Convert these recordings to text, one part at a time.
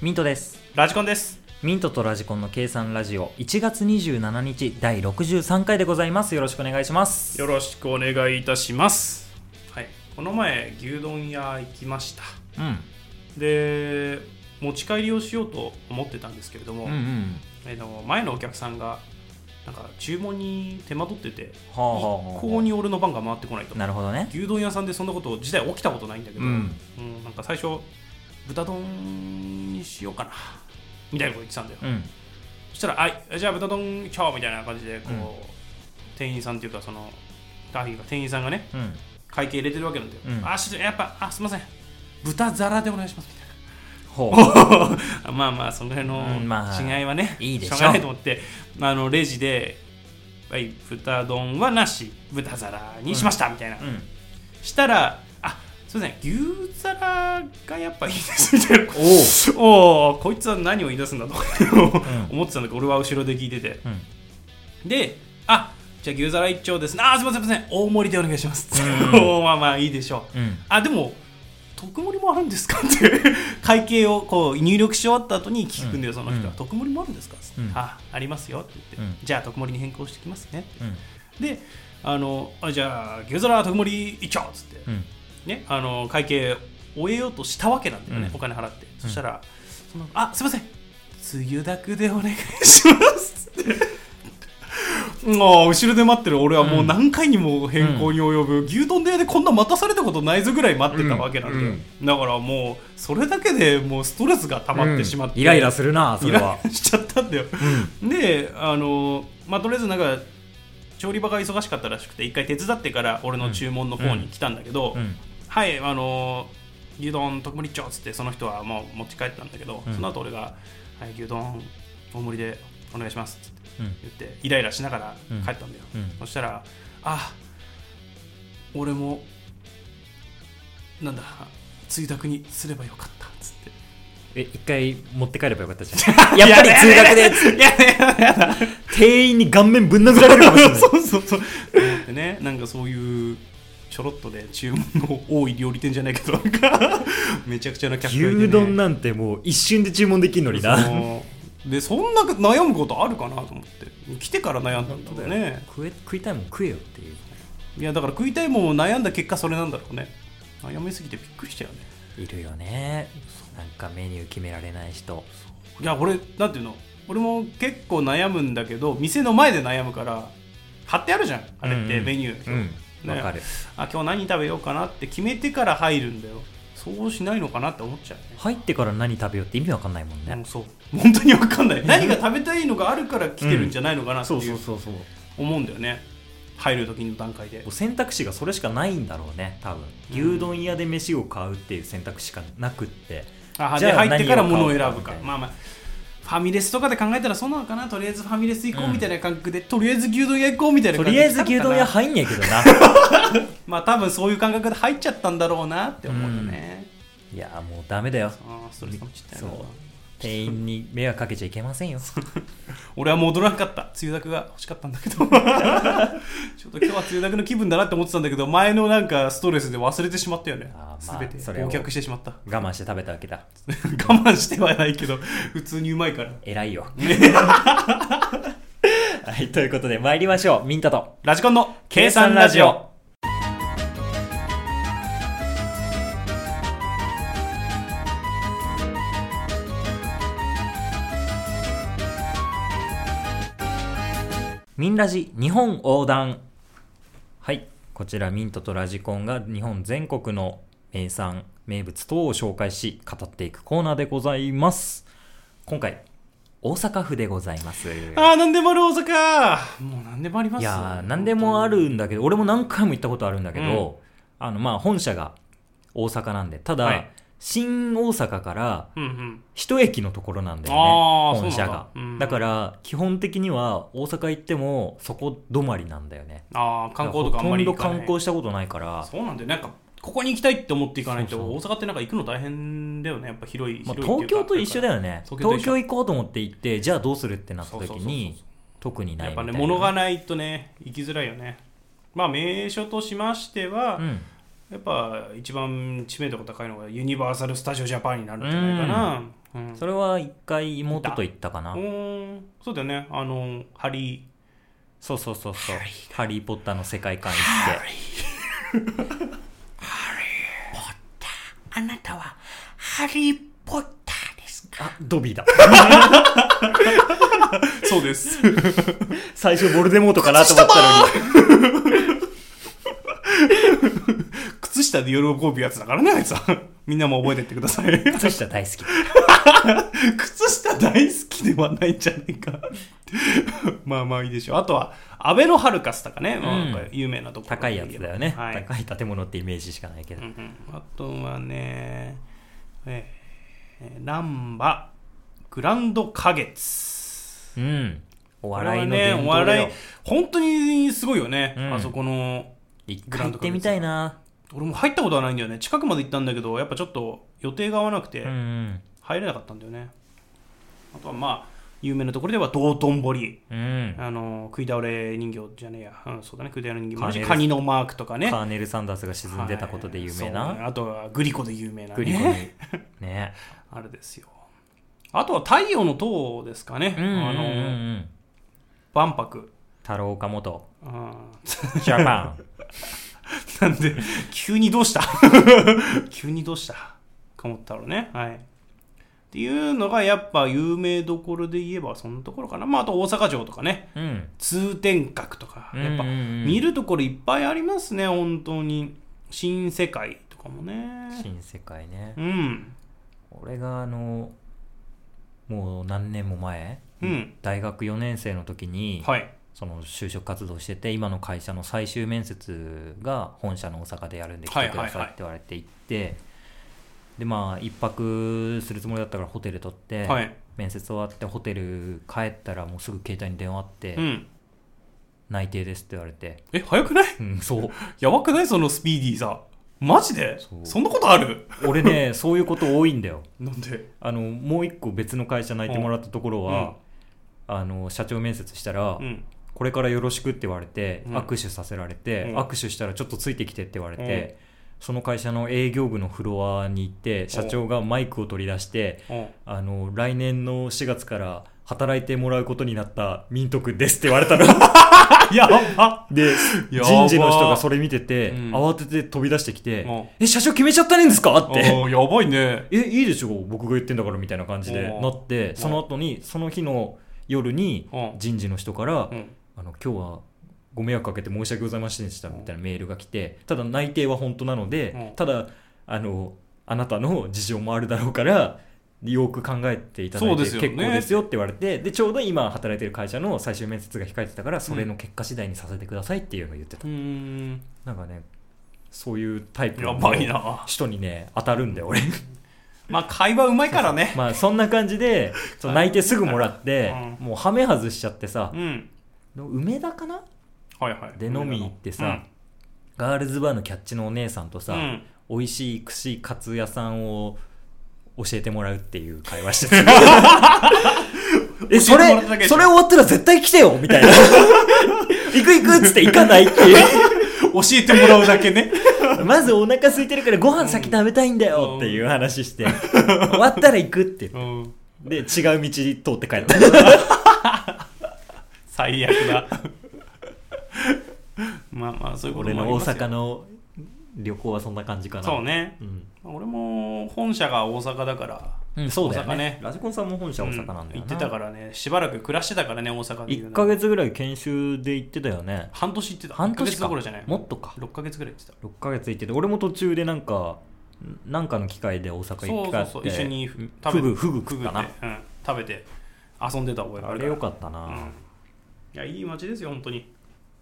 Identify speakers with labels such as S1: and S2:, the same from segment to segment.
S1: ミントです
S2: ラジコンです
S1: ミントとラジコンの計算ラジオ1月27日第63回でございますよろしくお願いします
S2: よろしくお願いいたしますはいこの前牛丼屋行きました
S1: うん
S2: で持ち帰りをしようと思ってたんですけれども、
S1: うんうん
S2: えの前のお客さんがなんか注文に手間取ってて
S1: はあはあはあ
S2: 一向に俺の番が回ってこないと
S1: なるほどね
S2: 牛丼屋さんでそんなこと自体起きたことないんだけど、
S1: うん
S2: うんなんか最初豚丼にしようかなみたいなこと言ってたんだよ、
S1: うん
S2: そしたら「あじゃあ豚丼ちょ」みたいな感じでこう、
S1: うん
S2: 店員さんっていうかそのダーフィーが店員さんがね
S1: うん
S2: 会計入れてるわけなんだよ、
S1: うん
S2: あしやっぱあすいません豚皿でお願いしますみたいな
S1: ほう
S2: まあまあそのぐらいの
S1: うんまあ
S2: 違いはね、
S1: いいでしょう
S2: しょうがないと思ってあのレジで「はい豚丼はなし豚皿にしました」みたいな、
S1: うん
S2: したら「あすいません牛皿がやっぱいいです」みたいな
S1: おお
S2: おおこいつは何を言い出すんだと
S1: ん
S2: 思ってたんだけど俺は後ろで聞いてて
S1: うん
S2: であじゃあ牛皿一丁ですねあーすいませんすいません大盛りでお願いします
S1: うん
S2: おーまあまあいいでしょう
S1: うん
S2: あでも特盛りもあるんですかって 会計をこう入力し終わった後に聞くんだよ、その人は、
S1: うん
S2: 特盛りもあるんですか、
S1: うん
S2: あありますよって言って、
S1: うん
S2: じゃあ特盛りに変更してきますねって
S1: うん
S2: であのあじゃあ牛皿特盛り一丁っつって、
S1: うん
S2: ね、あの会計終えようとしたわけなんだよね、
S1: うん
S2: お金払ってそしたら、そのあすいませんつゆだくでお願いします ってもう後ろで待ってる俺はもう何回にも変更に及ぶ、牛丼ででこんな待たされたことないぞぐらい待ってたわけなんで、
S1: うん
S2: だからもうそれだけでもうストレスが溜まってしまって、
S1: うんイライラするなそ
S2: イ
S1: れ
S2: ラ
S1: は
S2: イラしちゃったんだよ、であのまあとりあえずなんか調理場が忙しかったらしくて一回手伝ってから俺の注文の方に来たんだけど、
S1: うん
S2: はいあのー牛丼特盛りっちょっつってその人はもう持ち帰ったんだけど、
S1: うん
S2: その後俺が、はい、牛丼大盛りでお願いしますっつって
S1: うん
S2: 言ってイライラしながら
S1: うん
S2: 帰ったんだよ、
S1: うん
S2: そしたらあ俺もなんだつゆだくにすればよかったっつ って
S1: え一回持って帰ればよかったじゃん やっぱり通学で
S2: いやいやいやいや
S1: 店員に顔面ぶん殴られるかもしれない
S2: そうそうそう。でね、なんかそういうちょろっとで注文の多い料理店じゃないけど、なんかめちゃくちゃな客がいて、ね、
S1: 牛丼なんてもう一瞬で注文できるのにな
S2: そのでそんな悩むことあるかなと思って来てから悩んだんだろうね
S1: 食え食いたいもん食えよっていう
S2: いやだから食いたいもんを悩んだ結果それなんだろうね悩みすぎてびっくりしたよね
S1: いるよねなんかメニュー決められない人
S2: いや俺なんていうの俺も結構悩むんだけど店の前で悩むから貼ってあるじゃんあれってメニュー、
S1: うんわ、かる
S2: あ今日何食べようかなって決めてから入るんだよそうしないのかなって思っちゃうね
S1: 入ってから何食べようって意味わかんないもんね、
S2: うんそう本当に分かんない何が食べたいのがあるから来てるんじゃないのかなっていう
S1: そうそう
S2: 思うんだよね入る時の段階で
S1: 選択肢がそれしかないんだろうね多分
S2: うん
S1: 牛丼屋で飯を買うっていう選択肢しかなくって
S2: あ
S1: じ
S2: じ
S1: ゃあ
S2: ゃ入ってから物を選
S1: 何を買おう
S2: ぶ
S1: か
S2: か
S1: みたいな
S2: まあまあファミレスとかで考えたらそうなのかなとりあえずファミレス行こうみたいな感覚で、とりあえず牛丼屋行こうみたいな
S1: と
S2: 感じ
S1: りあ
S2: で
S1: えず
S2: 来たのかな
S1: 牛丼屋入んねえけどな
S2: まあ多分そういう感覚で入っちゃったんだろうなって思うよね、
S1: いやもうダメだよ
S2: ああーストレスかもしれない
S1: そう店員に迷惑かけちゃいけませんよ
S2: 俺はもう踊らなかったつゆだくが欲しかったんだけど ちょっと今日はつゆだくの気分だなって思ってたんだけど前のなんかストレスで忘れてしまったよね
S1: あーまあ
S2: 全て
S1: それを
S2: 忘却してしまった
S1: 我慢して食べたわけだ
S2: 我慢してはないけど普通にうまいから
S1: 偉 いよはいということで参りましょうミンタと
S2: ラジコンの
S1: 計
S2: 計
S1: 算
S2: 算
S1: ラ
S2: ラ
S1: ジ
S2: ジ
S1: オ
S2: オ
S1: ミンラジ日本横断はいこちらミントとラジコンが日本全国の名産名物等を紹介し語っていくコーナーでございます今回大阪府でございます
S2: ああ何でもある大阪もう何でもあります
S1: いやー何でもあるんだけど俺も何回も行ったことあるんだけど、あのまあ本社が大阪なんでただ、
S2: はい
S1: 新大阪から
S2: うんうん
S1: 一駅のところなんだよ
S2: あ
S1: ね
S2: ー
S1: 本社
S2: そうなん
S1: が
S2: だうん
S1: だから基本的には大阪行ってもそこ止まりなんだよね
S2: ああ観光とかあんまり
S1: ほ
S2: 行
S1: とんど
S2: か
S1: 観
S2: ない
S1: 光したことないから、
S2: そうなんだよなんかここに行きたいって思っていかないと
S1: そう
S2: 大阪ってなんか行くの大変だよねやっぱ広い
S1: まあ、
S2: 広いってい
S1: 東
S2: うか
S1: 京と一緒だよね
S2: 東京と
S1: 東
S2: 一緒
S1: 京行こうと思って行ってじゃあどうするってなった時
S2: そうそうそうそう
S1: に特にない
S2: やっ
S1: み
S2: ぱ
S1: たいな
S2: ね物がないとね行きづらいよねまあ名所としましては、
S1: うん
S2: やっぱ一番知名度が高いのがユニバーサル・スタジオ・ジャパンになるんじゃないかな、うん
S1: それは一回妹と行ったかな
S2: うーんそうだよねあのハリ
S1: そうそうそうそう「ハリー・ポッター」の世界観行
S2: ー
S1: って
S2: あなたはハリー・ポッターですか
S1: あドビーだ
S2: そうです
S1: 最初ボルデモートかなと思ったのに
S2: 靴下で喜ぶやつだからねあいつは みんなも覚えてってくださ い
S1: 靴下大好き
S2: 靴下大好きではないんじゃないか まあまあいいでしょうあとはアベノハルカスとかね、まあ
S1: うん
S2: なんか有名なところ
S1: 高いやつだよね、
S2: はい、
S1: 高い建物ってイメージしかないけど、
S2: うんうんあとはねえー、ランバグランド花月
S1: うん。お
S2: お
S1: 笑いの伝統だ
S2: ね、お
S1: よ。
S2: 笑い本当にすごいよね、
S1: うん
S2: あそこの
S1: 一回行ってみたいな。
S2: 俺も入ったことはないんだよね近くまで行ったんだけどやっぱちょっと予定が合わなくて、
S1: うんうん。
S2: 入れなかったんだよねあとはまあ有名なところでは道頓堀
S1: うん。
S2: あの食い倒れ人形じゃねえや、うん、そうだね食い倒れ人形もあるし
S1: カ
S2: カ
S1: ーネル
S2: ニのマークとかね
S1: カーネル・サンダースが沈んでたことで有名
S2: はいそう
S1: な。
S2: ねあとはグリコで有名な、ね、
S1: グリコに。 ね。
S2: あれですよあとは太陽の塔ですかね、
S1: うんうんうんう
S2: あの
S1: ん。
S2: 万博
S1: 太郎岡本。
S2: あ
S1: ジャパン。
S2: ー なんで急にどうした 急にどうしたか思ったろうねはいっていうのがやっぱ有名どころで言えばそのところかなまああと大阪城とかね
S1: うん。
S2: 通天閣とかやっぱ
S1: うんうんうん
S2: 見るところいっぱいありますね本当に新世界とかもね
S1: 新世界ね
S2: う。ん
S1: 俺があの、もう何年も前、
S2: うん
S1: 大学4年生の時に、
S2: はい
S1: その就職活動してて今の会社の最終面接が本社の大阪でやるんで来てくださいって言われて行って、でまあ一泊するつもりだったからホテル取って、
S2: はい
S1: 面接終わってホテル帰ったらもうすぐ携帯に電話あって「
S2: うん
S1: 内定です」って言われて
S2: え早くない
S1: うんそう
S2: やばくないそのスピーディーさマジで
S1: そう
S2: そんなことある
S1: 俺ね そういうこと多いんだよ
S2: なんで
S1: あのもう一個別の会社内定もらったところは、あの社長面接したら、
S2: うん
S1: これからよろしくって言われて、
S2: うん
S1: 握手させられて、
S2: うん
S1: 握手したらちょっとついてきてって言われて、その会社の営業部のフロアに行って社長がマイクを取り出して、
S2: うん
S1: あの来年の4月から働いてもらうことになったミント君ですって言われたの
S2: あやば
S1: で
S2: やば
S1: 人事の人がそれ見てて、
S2: うん
S1: 慌てて飛び出してきて
S2: うん
S1: 「え社長決めちゃったねんですか?」って。
S2: おーやばいね
S1: えいいでしょ僕が言ってんだからみたいな感じで
S2: うん
S1: なってその後にその日の夜に
S2: うん
S1: 人事の人から、
S2: うん
S1: あの今日はご迷惑かけて申し訳ございませんでしたみたいなメールが来てただ内定は本当なので、
S2: うん
S1: ただあのあなたの事情もあるだろうからよく考えていただいて
S2: そうですよね
S1: 結構ですよって言われてでちょうど今働いてる会社の最終面接が控えてたからそれの結果次第にさせてくださいっていうのを言ってた、
S2: うーん
S1: なんかねそういうタイプ
S2: や
S1: の
S2: ばいな
S1: 人にね当たるんだよ俺
S2: まあ会話うまいからね
S1: まあそんな感じでそう泣いてすぐもらって、
S2: う
S1: もうハメ外しちゃってさ
S2: う、ん
S1: 梅田かな
S2: はいはい
S1: で飲み行ってさ、ガールズバーのキャッチのお姉さんと
S2: う
S1: さ、
S2: んうん
S1: 美味しい串カツ屋さんを教えてもらうっていう会話 してたえそ
S2: 教えてもらっただけ
S1: れ
S2: でしょ
S1: それ終わったら絶対来てよみたいな行く行くっつって行かないっていう
S2: 教えてもらうだけね
S1: まずお腹空いてるからご飯先食べたいんだよっていう話して終わったら行くって
S2: うん
S1: で違う道通って帰った
S2: 最悪だ まあまあそういうこと
S1: 俺
S2: もあ
S1: の
S2: り
S1: 大
S2: ますよ
S1: 阪の旅行はそんな感じかな
S2: そうね
S1: うん、
S2: 俺も本社が大阪だから
S1: うん、そうだよね
S2: 大阪ね
S1: ラジコンさんも本社大阪なんだ
S2: うん
S1: よな、
S2: 行ってたからねしばらく暮らしてたからね大阪でいうの
S1: 1ヶ月ぐらい研修で行ってたよね
S2: 半年行ってた
S1: 半
S2: 1ヶ
S1: 年
S2: 月ど
S1: か
S2: ころじゃない
S1: もっとか
S2: 6ヶ月ぐらい行ってた
S1: 6ヶ月行ってて俺も途中でなんかんなんかの機会で大阪行
S2: そ
S1: き
S2: う
S1: 帰
S2: そ
S1: って
S2: うそう一緒に食べて
S1: フグフグ食ったな
S2: フグでうん食べて遊んでた覚えがあ
S1: あ
S2: る
S1: れ
S2: ら
S1: よかったな、
S2: いやいい街ですよ本当に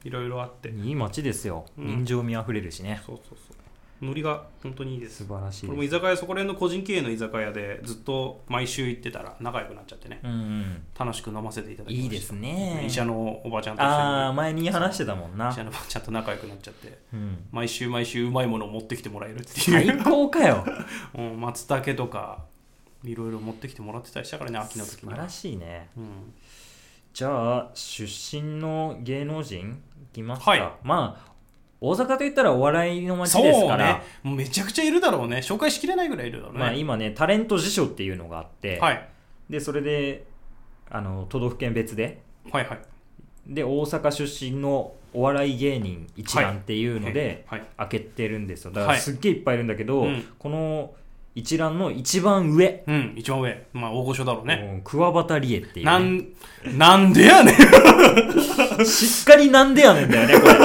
S2: いろいろあって
S1: いい街ですよ、
S2: うん
S1: 人情味あふれるしね
S2: そうそうそうノリが本当にいいです
S1: 素晴らしい
S2: 俺
S1: です
S2: も居酒屋そこら辺の個人経営の居酒屋でずっと毎週行ってたら仲良くなっちゃってね
S1: うんうん
S2: 楽しく飲ませていただきました
S1: いいですね
S2: 医者のおばちゃんと一緒に
S1: ああ前に話してたもんな
S2: 医者のおばちゃんと仲良くなっちゃって
S1: うん
S2: 毎週毎週うまいものを持ってきてもらえるってい
S1: 最
S2: う
S1: 高かよ
S2: うん松茸とかいろいろ持ってきてもらってたりしたからね秋の
S1: 素
S2: 時に
S1: 晴らしいね
S2: うん
S1: じゃあ出身の芸能人いきますか、
S2: はい
S1: まあ大阪と言ったらお笑いの街
S2: そう
S1: ですから、
S2: ねもうめちゃくちゃいるだろうね紹介しきれないぐらいいるだろうね、
S1: まあ、今ねタレント辞書っていうのがあって、
S2: はい、
S1: でそれであの都道府県別で
S2: はいはい
S1: で大阪出身のお笑い芸人一覧っていうので、
S2: はいはい
S1: 開けてるんですよだか
S2: は
S1: ら
S2: い
S1: すっげえいっぱいいるんだけど、
S2: うん
S1: この一覧の一番上、
S2: うん一番上まあ大御所だろうね
S1: うん桑畑理恵っていう
S2: な
S1: ね、
S2: んなんでやねん
S1: しっかりなんでやねんだよねこれ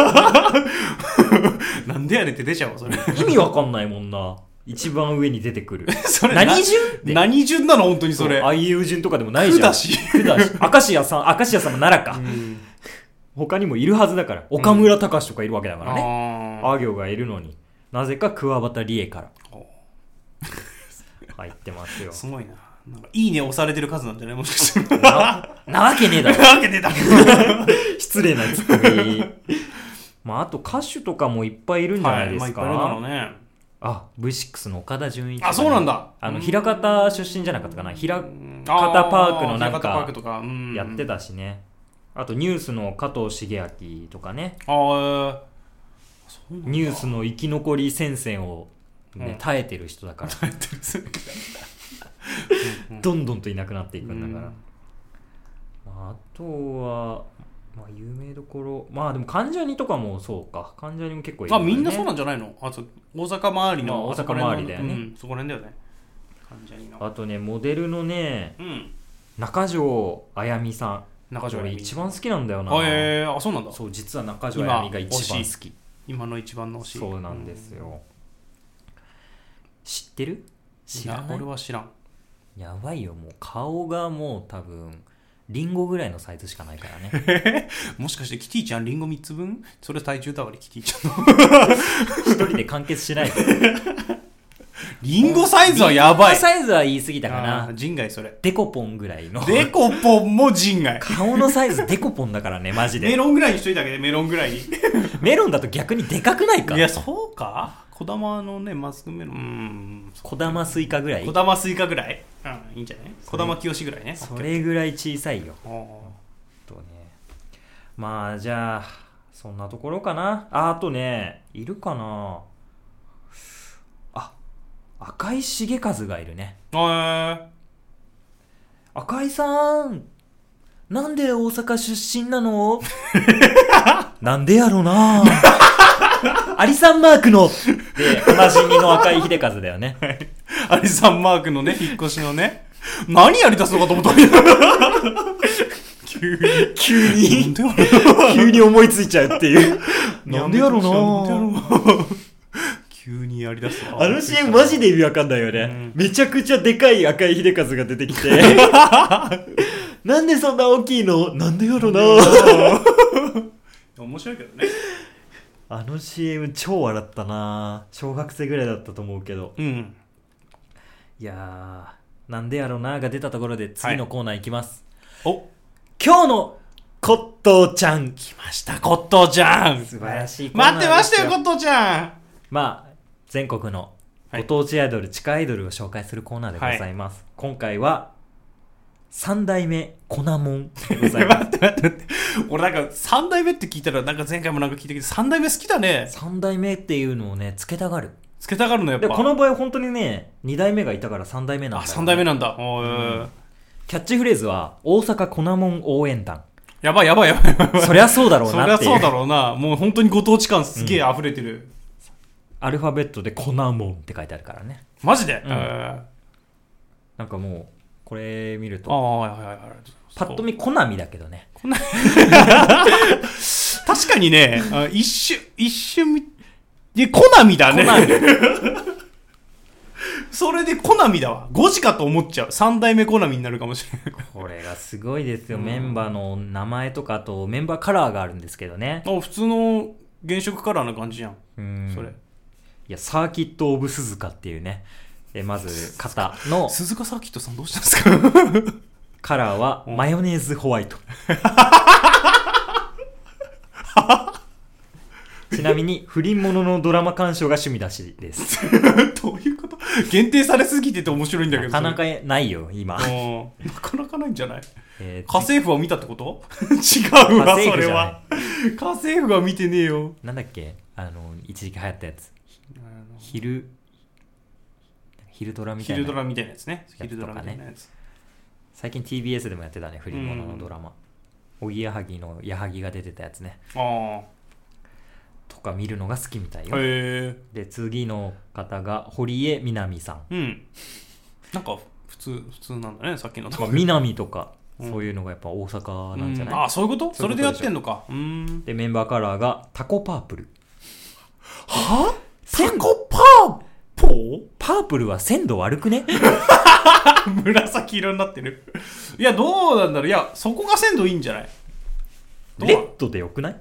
S2: なん でやねんって出ちゃうわそれ
S1: 意味わかんないもんな一番上に出てくる
S2: それ
S1: 何順って
S2: 何順なの本当にそれ
S1: ああいう順とかでもないじゃん
S2: 区だし
S1: 区だし明石家さん明石家さんも奈良か、
S2: うん
S1: 他にもいるはずだから岡村隆史とかいるわけだからね、
S2: あ
S1: あ行がいるのになぜか桑畑理恵から
S2: ーお
S1: 入ってますよ
S2: すごいななんかいいね押されてる数なんじゃないもしかして
S1: ななわけねえだろ
S2: わけねえだろ
S1: 失礼なツッコミまああと歌手とかもいっぱいいるんじゃな
S2: はいい
S1: で
S2: まあい
S1: す
S2: っ
S1: か、
S2: ぱいいるだろうね
S1: あ V6 の岡田准一とかね、
S2: あそうなんだ
S1: あの
S2: うん
S1: 平方出身じゃなかったかな平
S2: あ
S1: 方パークのなん
S2: 平方パーク
S1: か
S2: とか、うん
S1: やってたしねあとニュースの加藤茂明とかね
S2: あーそうなんだ
S1: ニュースの生き残り戦線を、ね
S2: うん
S1: 耐えてる人だから
S2: やってるす
S1: どんどんといなくなっていくんだから、
S2: うん
S1: まあ、あとは、まあ、有名どころまあでも関ジャニとかもそうか関ジャニも結構いる
S2: あ
S1: からね
S2: みんなそうなんじゃないのあと大阪周りの、
S1: まあ大阪周りだよね
S2: うん、そこら辺だよね関ジャニの
S1: あとねモデルのね
S2: うん
S1: 中条あやみさん
S2: 中条あやみ
S1: 俺一番好きなんだよな、
S2: あえー、あそうなんだ
S1: そう実は中条あやみが一番
S2: 今
S1: 好
S2: 推し
S1: き
S2: 今の一番の推し
S1: そうなんですよ、知ってる知
S2: 知
S1: ら
S2: ら
S1: ない
S2: 俺は知らん
S1: やばいよもう顔がもう多分リンゴぐらいのサイズしかないから ね
S2: もしかしてキティちゃんリンゴ3つ分それ体重だわりキティ ちゃんの
S1: 一人で完結しない
S2: リンゴサイズはやばい
S1: リンゴサイズは言い過ぎたか
S2: あー
S1: な
S2: 人外それ
S1: デコポンぐらいの
S2: デコポンも人外
S1: 顔のサイズデコポンだからねマジで
S2: メ
S1: メロ
S2: ロンぐらいにしといてあげてメロンぐらいにい
S1: ンだと逆にでかくないか
S2: やそうか小玉のねマスクメロンうん
S1: 小玉スイカぐらい
S2: 小玉スイカぐらいうんいいんじゃない小玉清ぐらいね
S1: それぐらい小さいよ
S2: あー
S1: とねまあじゃあそんなところかなああとねいるかなあ赤井重和がいるね
S2: あ
S1: 赤井さんなんで大阪出身なの なんでやろ なアリさんマークのでおなじみの赤井秀和だよね
S2: ーアリさんマークのね引っ越しのね何やりだすのかと思った 急に
S1: 急
S2: なんでやろ
S1: 急に思いついちゃうっていう
S2: なんでやろ
S1: な
S2: な急にやりだすわ
S1: あの CM マジで意味わかんないよね、
S2: うん
S1: めちゃくちゃでかい赤井秀和が出てきて なんでそんな大きいのなんでやろな
S2: 面白いけどね
S1: あの CM 超笑ったな小学生ぐらいだったと思うけど
S2: うん
S1: いやーなんでやろなが出たところで次のコーナーいきます、
S2: お
S1: 今日のコットーちゃん
S2: 来ましたコットーちゃん
S1: 素晴らしいコーナー
S2: 待ってました
S1: で
S2: よ
S1: す
S2: コットーちゃん
S1: まあ、全国の
S2: はい
S1: ご当地アイドル、地下アイドルを紹介するコーナーでございます。今回は、三代目コナモンでございま
S2: 待って待って待って俺なんか3代目って聞いたらなんか前回もなんか聞いたけど3代目好きだね
S1: す。 三代目っていうのをね、つけたがる。
S2: つけたがるのやっ
S1: で、
S2: ぱ
S1: この場合本当にね、二代目がいたから三代目なんだよ
S2: あ
S1: ね、
S2: 3代目なんだおー
S1: キャッチフレーズは、大阪コナモン応援団。
S2: やばいやばいやばいやばい
S1: そりゃそうだろう
S2: そり
S1: な
S2: ゃ
S1: っていう。
S2: そうだろうなもう本当にご当地感すげえ溢れてる
S1: アルファベットでコナモンって書いてあるからね。
S2: マジで
S1: うん
S2: えー
S1: なんかもう、これ見る
S2: あ
S1: と、
S2: あはいはいはい
S1: パッと見コナミだけどね。
S2: 確かにねあ一瞬一瞬みでコナミだ
S1: コ
S2: ね
S1: ナミ。
S2: それでコナミだわ5時かと思っちゃう3代目コナミになるかもしれない
S1: これがすごいですよ、メンバーの名前とかあとメンバーカラーがあるんですけどね
S2: あ普通の原色カラーな感じやん、
S1: うん
S2: それ
S1: いやサーキット・オブ・鈴鹿っていうねえまず型の
S2: 鈴鹿サーキットさんどうしたんですか
S1: カラーはマヨネーズホワイトちなみに不倫もののドラマ鑑賞が趣味だし です
S2: どういうこと限定されすぎてて面白いんだけ
S1: な
S2: ど
S1: かなかないよ今
S2: それうんなかなかないんじゃない
S1: えー
S2: 家政 婦は見たってこと違うわ
S1: 家政
S2: そ
S1: 婦
S2: れ
S1: じゃない
S2: は家政婦は見てねえよ
S1: なんだっけあの一時期流行ったやつ
S2: あの
S1: 昼昼ドラみたい
S2: 昼
S1: な
S2: ドラみたいなやつね
S1: やつ
S2: 昼
S1: とか
S2: ド
S1: ね
S2: ラみたいなやつ
S1: 最近 TBS でもやってたね振り物のドラマ、おぎやはぎのやはぎが出てたやつね
S2: あ
S1: とか見るのが好きみたい
S2: あ
S1: よ、
S2: へえ
S1: で次の方が堀江みなみさん
S2: うんなんか普通普通なんだねさっきのと
S1: まあ
S2: こ
S1: みなみとか、
S2: うん
S1: そういうのがやっぱ大阪なんじゃない、
S2: ああそういうこと
S1: そう
S2: そ
S1: いうこと
S2: れでやってんのかうーん
S1: でメンバーカラーがタコパープル
S2: は
S1: 鮮
S2: タ
S1: 度
S2: コパーポー
S1: パープルは鮮度悪くね
S2: 紫色になってるいやどうなんだろういやそこが鮮度いいんじゃない どう
S1: レッドでよくない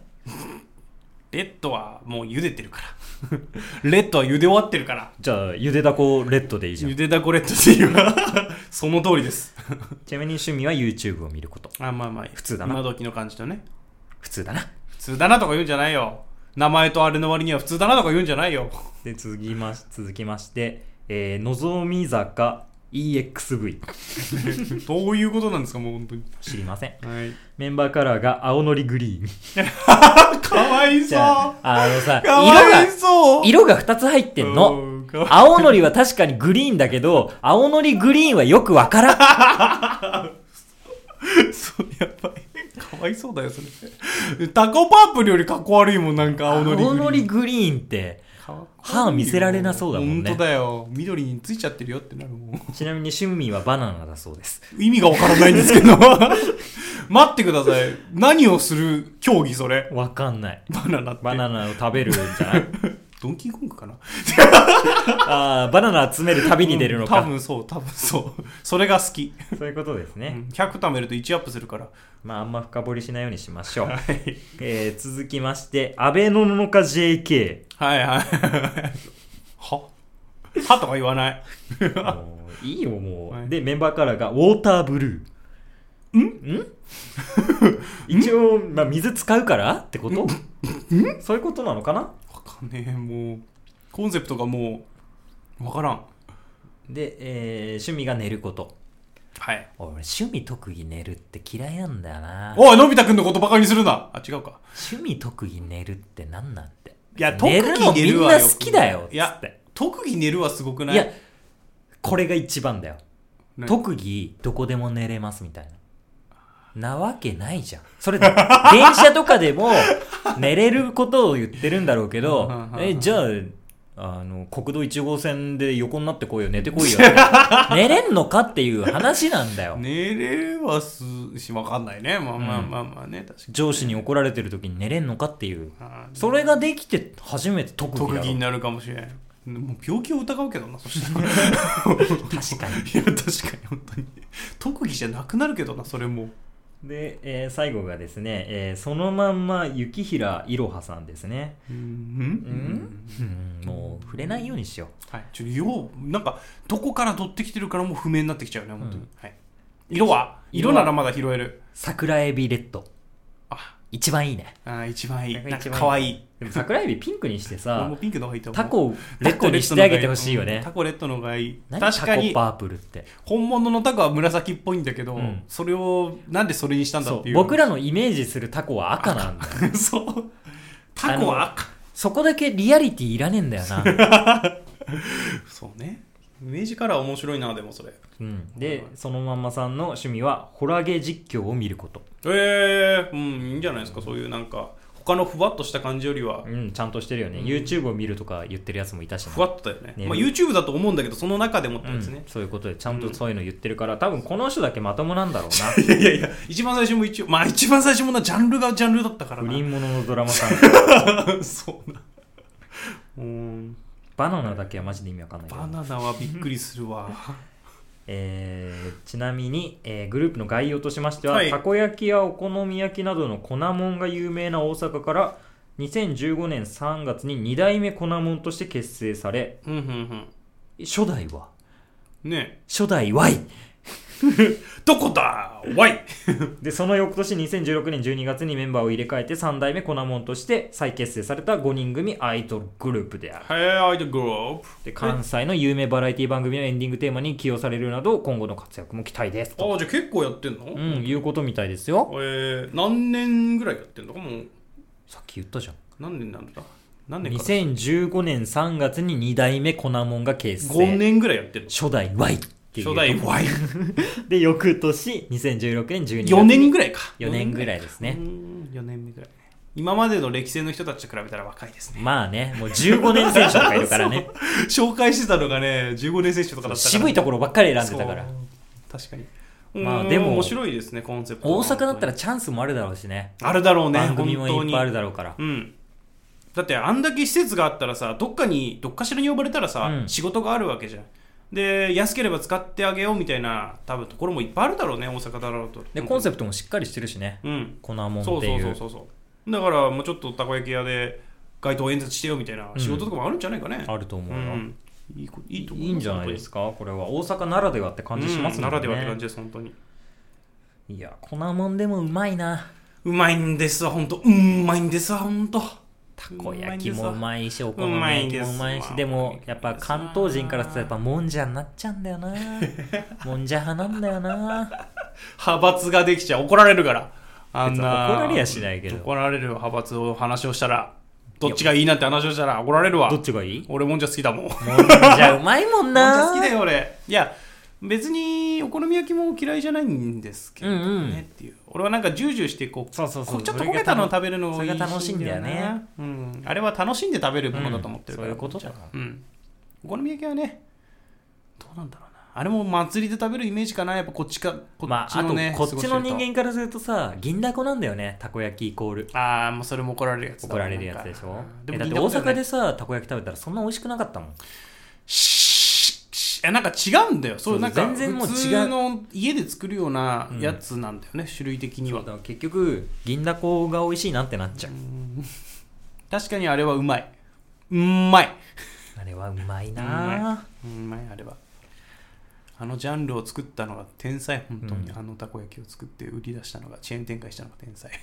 S2: レッドはもう茹でてるから レッドは茹で終わってるから
S1: じゃあゆでだこレッドでいいじゃん
S2: 茹でダコレッドっていうわ その通りです
S1: ちなみに趣味は YouTube を見ること
S2: あまあまあ
S1: 普通だな
S2: 今時の感じとね
S1: 普通だな
S2: 普通だなとか言うんじゃないよ名前とあれの割には普通だなとか言うんじゃないよ
S1: で続きまし続きまして、えー、のぞみ坂 EXV
S2: どういうことなんですかもう本当に
S1: 知りません
S2: はい
S1: メンバーカラーが青のりグリーン
S2: かわい
S1: じ
S2: そう
S1: ゃああのさ
S2: かわい
S1: 色
S2: そう
S1: が色が2つ入ってんの
S2: うんかわい
S1: 青のりは確かにグリーンだけど青のりグリーンはよくわからん
S2: そうやばいかわいそうだよそれタコパープルよりかっこ悪いもんなんか青のりグリーン
S1: グリーンって
S2: かっこいいよ
S1: 歯見せられなそうだもんね
S2: 本当だよ緑についちゃってるよってなるもん
S1: ちなみに趣味はバナナだそうです
S2: 意味がわからないんで すけど待ってください何をする競技それ
S1: わかんない
S2: バナナって
S1: バナナを食べるんじゃない
S2: ドンキーコングかな
S1: あーバナナ集める旅に出るのか、
S2: うん多分そう多分そうそれが好き
S1: そういうことですね、
S2: 100貯めると1アップするから
S1: まああんま深掘りしないようにしまし ょう、
S2: はい
S1: えー、続きまして安倍ののか JK
S2: はいはいははとか言わない
S1: もういいよもう、
S2: はい
S1: でメンバーカラーがウォーターブルーんん 一応、まあ、水使うからってことそういうことなのかな
S2: わかんねえもうコンセプトがもうわからん
S1: で、えー趣味が寝ること
S2: はい
S1: 俺趣味特技寝るって嫌いなんだよな
S2: おいのび太くんのことバカにするなあ違うか
S1: 趣味特技寝るって何なんて
S2: いや
S1: 寝るの
S2: 特技寝
S1: み
S2: る
S1: ん
S2: は
S1: な
S2: よ
S1: 好きだよっつって
S2: いや特技寝るはすごくない
S1: いやこれが一番だよ
S2: ね
S1: 特技どこでも寝れますみたいななわけないじゃんそれ 電車とかでも寝れることを言ってるんだろうけ
S2: うん
S1: ど
S2: うんうんうん
S1: えじゃああの国道1号線で横になってこいよ寝てこいよ寝れんのかって いう話なんだよ、
S2: 寝れはすしわかんないねまあまあ
S1: うん
S2: まあまあね、確かに
S1: 上司に怒られてる時に寝れんのかっていう
S2: あー
S1: それができて初めて特技だろ
S2: 特技になるかもしれないもう病気を疑うけどなそしたら い
S1: 確かに
S2: や確かに本当に特技じゃなくなるけどなそれも
S1: で、えー最後がですね、えーそのまんま雪平いろはさんですね
S2: うん
S1: うん、うんもう触れないようにしよ
S2: はいちょっとようなんかどこから取ってきてるからもう不明になってきちゃうね本当に、
S1: うん
S2: はい、色は
S1: 色
S2: 色
S1: は
S2: ならまだ拾える
S1: う桜エビレッド
S2: あ
S1: 一番いいね
S2: あー一番いい
S1: なんか
S2: なん
S1: 一
S2: か
S1: 番いい
S2: 可愛い
S1: でも桜エビピンクにして
S2: 俺
S1: さ
S2: もピンクの方がいいと思う
S1: タコをレッドにしてあげてほしいよ
S2: うん
S1: ね
S2: タコレッドの方がいい
S1: 何
S2: 確かに
S1: タコパープルって
S2: 本物のタコは紫っぽいんだけど、
S1: うん
S2: それをなんでそれにしたんだ
S1: そ
S2: っていうう
S1: 僕らのイメージするタコは赤なんだよ
S2: そうタコは赤
S1: そこだけリアリティいらねえんだよ な、
S2: そうねイメージカラー面白いなでもそれ
S1: うん、でそのまんまさんの趣味はホラゲ実況を見ること、
S2: ええうんいいんじゃないですかそういうなんか他のふわっとした感じよりは
S1: うん、ちゃんとしてるよね、YouTube を見るとか言ってるやつもいたしね
S2: ふわっとだよね
S1: ね
S2: まあ、YouTube だと思うんだけどその中でもって
S1: う
S2: や
S1: ん
S2: つね、
S1: そういうことでちゃんとそういうの言ってるから、多分この人だけまともなんだろう な
S2: いやいやいや一番最初も一応まあ一番最初もなジャンルがジャンルだったから
S1: 不
S2: な
S1: 倫もののドラマさん
S2: そうなうん
S1: バナナだけはマジで意味わかんないけど
S2: バナナはびっくりするわ
S1: えーちなみに、えーグループの概要としましては、
S2: はい
S1: たこ焼きやお好み焼きなどの粉もんが有名な大阪から2015年3月に2代目粉もんとして結成され
S2: うんうん
S1: 初代は
S2: うんね
S1: 初代 Y
S2: えどこだわい
S1: でその翌年2016年12月にメンバーを入れ替えて3代目粉もんとして再結成された5人組アイドルグループである
S2: はいアイドルグループ
S1: で関西の有名バラエティ番組のエンディングテーマに起用されるなど今後の活躍も期待ですと、
S2: ああじゃあ結構やってんの、
S1: う
S2: え
S1: ん、いうことみたいですよ
S2: ー、何年ぐらいやってんのかもう
S1: さっき言ったじゃん
S2: 何年なんだ何年か
S1: 2015年3月に2代目コナモンが結成
S2: 5年ぐらいやってるの
S1: 初代 Y っていう
S2: 初 代 Y
S1: で翌年2016年12月
S2: 4年ぐらいか
S1: 4年ぐらいですね
S2: 4年目ぐらいね今までの歴戦の人たちと比べたら若いですね
S1: まあねもう15年選手とかいる からね
S2: 紹介してたのがね15年選手とかだったから
S1: 渋いところばっかり選んでたから
S2: そう確かに
S1: まあ
S2: うん
S1: でも
S2: 面白いですねコンセプトが
S1: 大阪だったらチャンスもあるだろうしね
S2: あるだろうね
S1: 番組もいっぱいある
S2: だ
S1: だろうから
S2: うんだってあんだけ施設があったらさどっかにどっかしらに呼ばれたらさ、
S1: うん
S2: 仕事があるわけじゃんで安ければ使ってあげようみたいな多分ところもいっぱいあるだろうね大阪だろうと
S1: でコンセ
S2: プ
S1: プトもしっかりしてるしね
S2: トうん
S1: コナモン
S2: そ
S1: っ
S2: う
S1: て
S2: そう
S1: い
S2: そううそうそうだからもうちょっとたこ焼き屋で街頭演説してよみたいな仕事とかもあるんじゃないかね、
S1: あると思うよ
S2: うんいいこいいと思う
S1: いいんじゃないですかこれは大阪ならではって感じします
S2: うん
S1: もんね
S2: ならではって感じです本当に
S1: いや粉もんでもうまいな
S2: うまいんですわ本当うんうまいんですわ本当た
S1: こ焼きもうまいしお好
S2: う
S1: み
S2: まい
S1: 焼
S2: ん
S1: き
S2: です
S1: もう
S2: わ
S1: まいしでもやっぱ関東人からするとやっぱもんじゃになっちゃうんだよ なもんじゃ派なんだよな
S2: 派閥ができちゃう怒られるからあんな
S1: 別に怒られやしないけど
S2: 怒られるよ派閥を話をしたらどっちがいいなんて話をしたら怒られるわ
S1: どっちがいい
S2: 俺もんじゃ好きだもんもんじ
S1: もんじゃうまいもんな
S2: ゃ好きだよ俺いや別にお好み焼きも嫌いじゃないんですけどね、
S1: うんうん
S2: っていう俺はなんかジュージューしてこう
S1: そうそうそう
S2: こちょっと焦げたのを食べるの
S1: それが楽しいんだよ
S2: いい
S1: ね
S2: な、うん、あれは楽しんで食べるものだと思ってる
S1: そう
S2: から、
S1: いうことだよ
S2: うん、お好み焼きはねどうなんだろうなあれも祭りで食べるイメージかなやっぱこっちかこ
S1: ま
S2: っち
S1: ああ
S2: の
S1: と
S2: ね、
S1: こっちの人
S2: 過ごしてる
S1: 間からするとさ銀だこなんだよねたこ焼きイコール
S2: とああもうそれも怒られるやつだ
S1: 怒られるやつでしょ
S2: で
S1: え
S2: も
S1: だって
S2: 聞
S1: 大
S2: いた
S1: 阪
S2: ことない
S1: でさたこ焼き食べたらそんな美味しくなかったもん
S2: シーシーえなんか違うんだよそう
S1: そう
S2: なんか
S1: 全然もう違う
S2: 普通の家で作るようなやつなんだよね、種類的には
S1: だから結局銀だこが美味しいなってなっちゃう
S2: 確かにあれはうまいうまい
S1: あれはうまいうな
S2: うまいあれはあのジャンルを作ったのが天才本当に、
S1: うん
S2: あのたこ焼きを作って売り出したのがチェーン展開したのが天才 本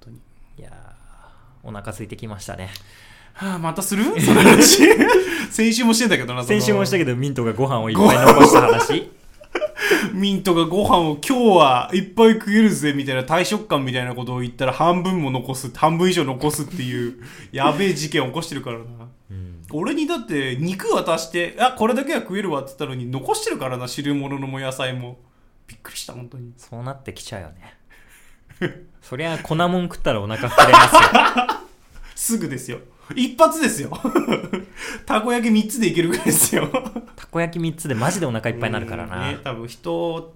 S2: 当に
S1: いやーお腹空いてきましたね
S2: はあまたするそ の話先週もしてんだけどなその
S1: 先週もしたけどミントがご飯をいっぱい残した話
S2: ミントがご飯を今日はいっぱい食えるぜみたいな大食感みたいなことを言ったら半分も残す半分以上残すっていうやべえ事件を起こしてるからな
S1: うん
S2: 俺にだって肉渡してあこれだけは食えるわって言ったのに残してるからな汁物のも野菜もびっくりした本当に
S1: そうなってきちゃうよねそりゃ粉もん食ったらお腹膨れ ますよ
S2: すぐですよ一発ですよ たこ焼き3つでいけるぐらいですよ
S1: たこ焼き3つでマジでお腹いっぱいになるから
S2: う
S1: なん
S2: ね多分人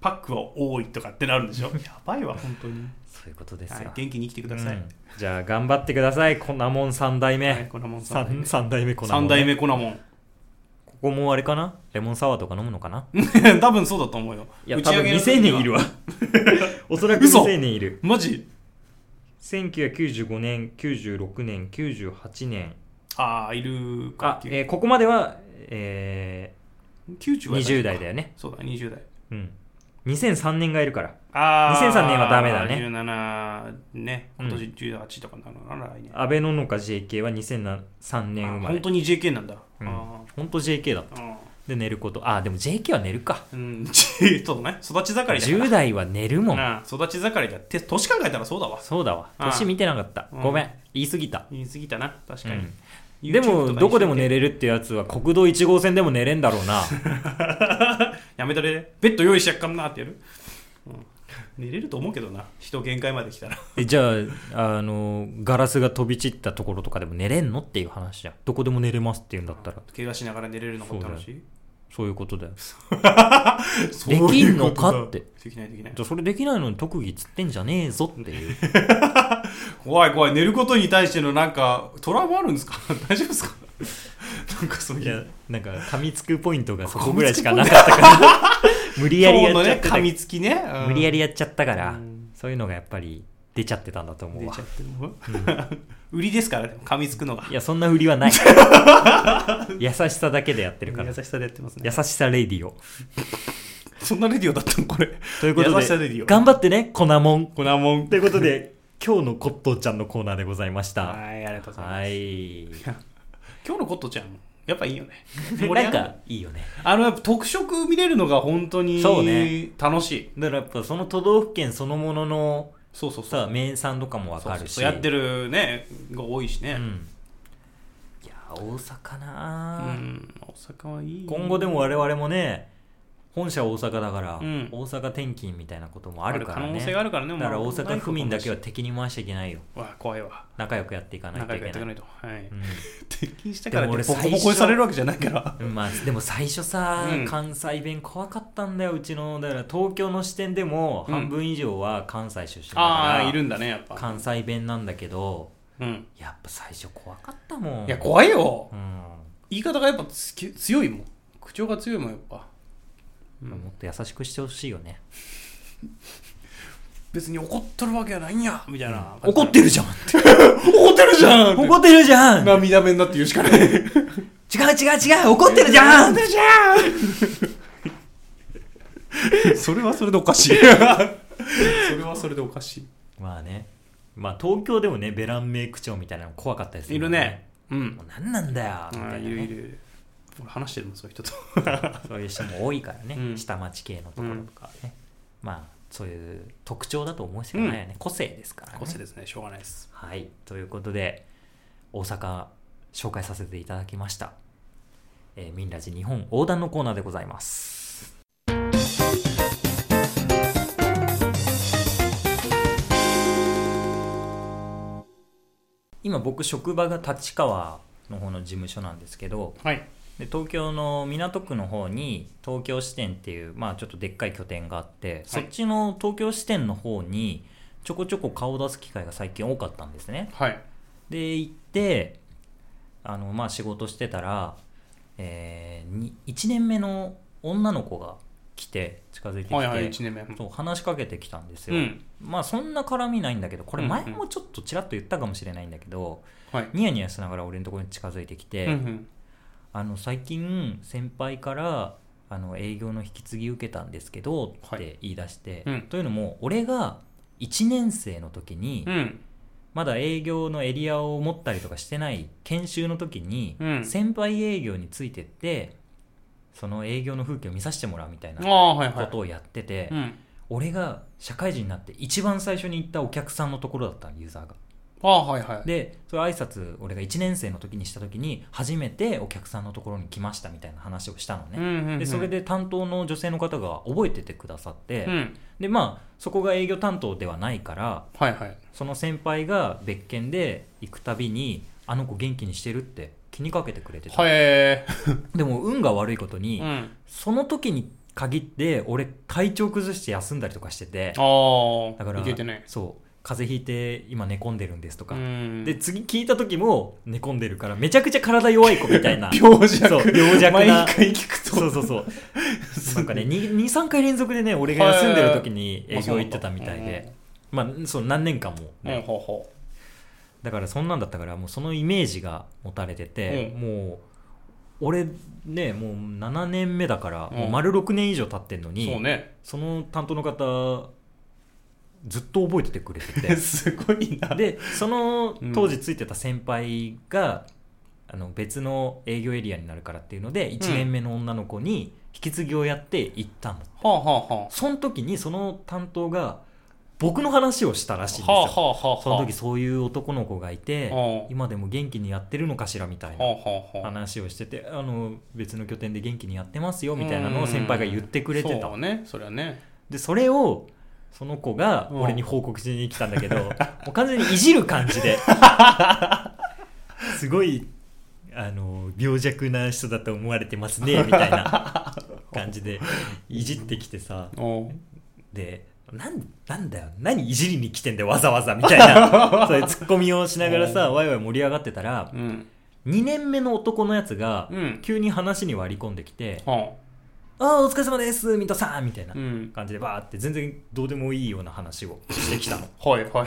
S2: パックは多いとかってなるんでしょやばいわ本当に、
S1: そういうことです
S2: はい
S1: よ、
S2: 元気に生きてください、
S1: うんじゃあ頑張ってください粉もん3代目、
S2: はい粉もん三代目
S1: 3, 代目粉もん、
S2: 3代目コナモン
S1: ここもあれかなレモンサワーとか飲むのかな
S2: 多分そうだと思うよ
S1: いや
S2: 打
S1: 多
S2: ち
S1: 分
S2: 上げの
S1: 未
S2: 時は
S1: 成年いるわ おそらく未
S2: 嘘
S1: 成年いる
S2: マジ
S1: 1995年96年98年
S2: ああいる
S1: あ
S2: か、
S1: えーここまでは、えー、
S2: 90
S1: 20代だよね
S2: そうだ20代
S1: うん2003年がいるから
S2: あー
S1: 2003年はダメだね
S2: 17ね
S1: うん
S2: 今年18とかなのかな、来年
S1: アベノノカ JK は2003年生ま
S2: 本
S1: れ
S2: 当に JK なんだ、
S1: うん
S2: あ
S1: ほんと JK だった
S2: ーあ
S1: で寝ることあでも JK は寝るか
S2: ーうん、 そうだね育ち盛りだ
S1: 10代は寝るもん
S2: なあ育ち盛りだって年考えたらそうだわ
S1: そうだわ
S2: うん
S1: 年見てなかった
S2: うん
S1: ごめん言い過ぎた
S2: 言い過ぎたな確か
S1: う
S2: に
S1: ん、でもどこでも寝
S2: る
S1: れるってやつは国道1号線でも寝れんだろう な
S2: やめたれベッド用意しちゃっかんなってやる、うん、寝れると思うけどな人限界まで来たら
S1: えじゃああのガラスが飛び散ったところとかでも寝れんのっていう話じゃんどこでも寝れますっていうんだったら
S2: 怪我しながら寝れるのも楽しい
S1: そういうことだよ
S2: そういうこと
S1: できんのかって
S2: できないできない
S1: じゃあそれできないのに特技つってんじゃねえぞっていう
S2: 怖い怖い寝ることに対してのなんかトラウマあるんですか 大丈夫ですかなんかそういう
S1: なんか噛みつくポイントがそこぐらいしかなかったから 無理やりやっ
S2: 今日
S1: ちゃ
S2: の
S1: っ
S2: ね
S1: てた
S2: 噛みつきね、うん
S1: 無理やりやっちゃったから、
S2: うん
S1: そういうのがやっぱり出ちゃってたんだと思う
S2: 出
S1: わ
S2: ちゃってるもん売りですからね噛みつくのが
S1: いやそんな売りは ない優しさだけでやってるから
S2: 優しさでやってますね
S1: 優しさレディオ
S2: そんなレディオだったのこれ
S1: ということ
S2: 優しさレディ
S1: で
S2: オ
S1: 頑張ってね粉もん
S2: 粉もん
S1: ということで今日のコットーちゃんのコーナーでございました
S2: はいありがとうございます、
S1: はい
S2: 今日のコットちゃんやっぱいいよね
S1: なんかいいよね
S2: あのやっぱ特色見れるのが本当に
S1: そうね
S2: 楽しい
S1: だからやっぱその都道府県そのものの
S2: そうそうそう
S1: さあ名産とかもわかるし
S2: そうそうそうやってるねが多いしね
S1: うんいや大阪
S2: う
S1: なあ、
S2: ん大阪はいい
S1: 今後でも我々もね本社大阪だから、
S2: うん
S1: 大阪転勤みたいなこともあるから
S2: 可能
S1: ね
S2: 性があるからね
S1: だから大
S2: まあ
S1: 阪府民だけは敵に回しちゃいけないよ
S2: わあ怖いわ
S1: 仲良くやっていかない
S2: 仲
S1: と
S2: 良
S1: い
S2: くや
S1: け
S2: って
S1: な
S2: いかないいとはい
S1: うん
S2: 転勤したから
S1: で
S2: ね
S1: も
S2: ボ
S1: 俺
S2: コボコ
S1: 最
S2: に
S1: 初
S2: されるわけじゃないから
S1: うんまあ、でも最初さ、
S2: うん
S1: 関西弁怖かったんだようちのだから東京の視点でも
S2: うん
S1: 半分以上は関西出身だから
S2: あ、あいるんだねやっぱ
S1: 関西弁なんだけど
S2: うん
S1: やっぱ最初怖かったもん
S2: いや怖いよ
S1: うん、
S2: 言い方がやっぱつき強いもん口調が強いもんやっぱうん
S1: もっと優しくしてほしいよ ね、
S2: 別に怒っとるわけやないんやみたいな
S1: 怒ってるじゃん
S2: 怒ってるじゃん
S1: 怒ってるじゃん違う
S2: 涙目になって言うしかない
S1: 違う違う怒ってるじゃん
S2: じゃん それはそれでおかしいそれはそれでおかし
S1: まあねまあ東京でもねベランメイク長みたいなの怖かったりす
S2: い
S1: るも
S2: いる
S1: ん
S2: ねうん
S1: もう何なんだよ
S2: あ
S1: みたいな
S2: ー
S1: ね
S2: いるいる俺話してるもんそういう 人と
S1: そういう人も多いからね、
S2: うん
S1: 下町系のところとかはね、まあそういう特徴だと思うしかないよね、個性ですからね
S2: 個性ですねしょうがないです
S1: はいということで大阪紹介させていただきました、えー、ミンラジ日本横断のコーナーでございます今僕職場が立川の方の事務所なんですけど、
S2: はい
S1: で東京の港区の方に東京支店っていう、まあ、ちょっとでっかい拠点があって、そっちの東京支店の方にちょこちょこ顔を出す機会が最近多かったんですね
S2: はい
S1: で行ってあの、まあ、仕事してたら、えーに1年目の女の子が来て近づいてきて、
S2: はいはい1年目う
S1: そう話しかけてきたんですよ、
S2: ん
S1: まあそんな絡みないんだけどこれ前
S2: うんうん
S1: もちょっとちらっと言ったかもしれないんだけど、
S2: はい
S1: ニヤニヤしながら俺のところに近づいてきて、
S2: うんうん
S1: あの最近先輩からあの営業の引き継ぎ受けたんですけど
S2: は
S1: っ
S2: い
S1: て言い出して、
S2: うん
S1: というのも俺が1年生の時に、
S2: うん
S1: まだ営業のエリアを持ったりとかしてない研修の時に、
S2: うん
S1: 先輩営業についてってその営業の風景を見させてもらうみたいな
S2: あ
S1: こ
S2: あはいはい
S1: とをやってて、
S2: うん
S1: 俺が社会人になって一番最初に行ったお客さんのところだったのユーザーが。
S2: ああはいはい
S1: でそれ挨拶俺が1年生の時にした時に初めてお客さんのところに来ましたみたいな話をしたのね、
S2: うんうんうん
S1: でそれで担当の女性の方が覚えててくださって、
S2: うん
S1: でまあそこが営業担当ではないから
S2: はいはい
S1: その先輩が別件で行くたびにあの子元気にしてるって気にかけてくれてた、
S2: はいえ
S1: でも運が悪いことに、
S2: ーうん
S1: その時に限って俺体調崩して休んだりとかしてて
S2: ああ
S1: だから
S2: いけてね
S1: そう風邪ひいて今寝込んでるんですとか、
S2: うん
S1: で次聞いた時も寝込んでるからめちゃくちゃ体弱い子みたいな
S2: 病弱
S1: そう病弱な
S2: 毎回聞くと
S1: そうそう そうなんかね23回連続でね俺が休んでる時に営業行ってたみたいで、まあ、そう何年間も
S2: うん、うん
S1: ね、
S2: ほうほ
S1: だからそんなんだったからもうそのイメージが持たれてて、
S2: う
S1: もう俺ねもう7年目だから、
S2: うん
S1: もう丸6年以上経ってんの
S2: う
S1: に
S2: そうね
S1: その担当の方ずっと覚えててくれてて
S2: すごいな
S1: でその
S2: うん
S1: 当時ついてた先輩が、あの別の営業エリアになるからっていうので1年目の女の子に引き継ぎをやって行ったの、
S2: はあはあは
S1: その時にその担当が僕の話をしたらしいんです
S2: あ
S1: よ、
S2: はあはあはあ
S1: その時そういう男の子がいて、
S2: うん
S1: 今でも元気にやってるのかしらみたい
S2: はあ
S1: な
S2: はあはあ
S1: 話をしててあの別の拠点で元気にやってますよみたいなのを先輩が言ってくれてた
S2: そうねそれはね
S1: でそれをその子が俺に報告しに来たんだけど、 もう完全にいじる感じ ですごいあの病弱な人だと思われてますねみたいな 感じでいじってきてさ
S2: おう
S1: でなんなんだよ何いじりに来てんだよわざわざみたい なそういうツッコミをしながらさワイワイ盛り上がってたら
S2: うん
S1: 2年目の男のやつが
S2: うん
S1: 急に話に割り込んできて
S2: は
S1: 「ああお疲れ様ですミントさん」みたいな
S2: あうん
S1: 感じでバーって全然どうでもいいような話をしてきた の
S2: はいはい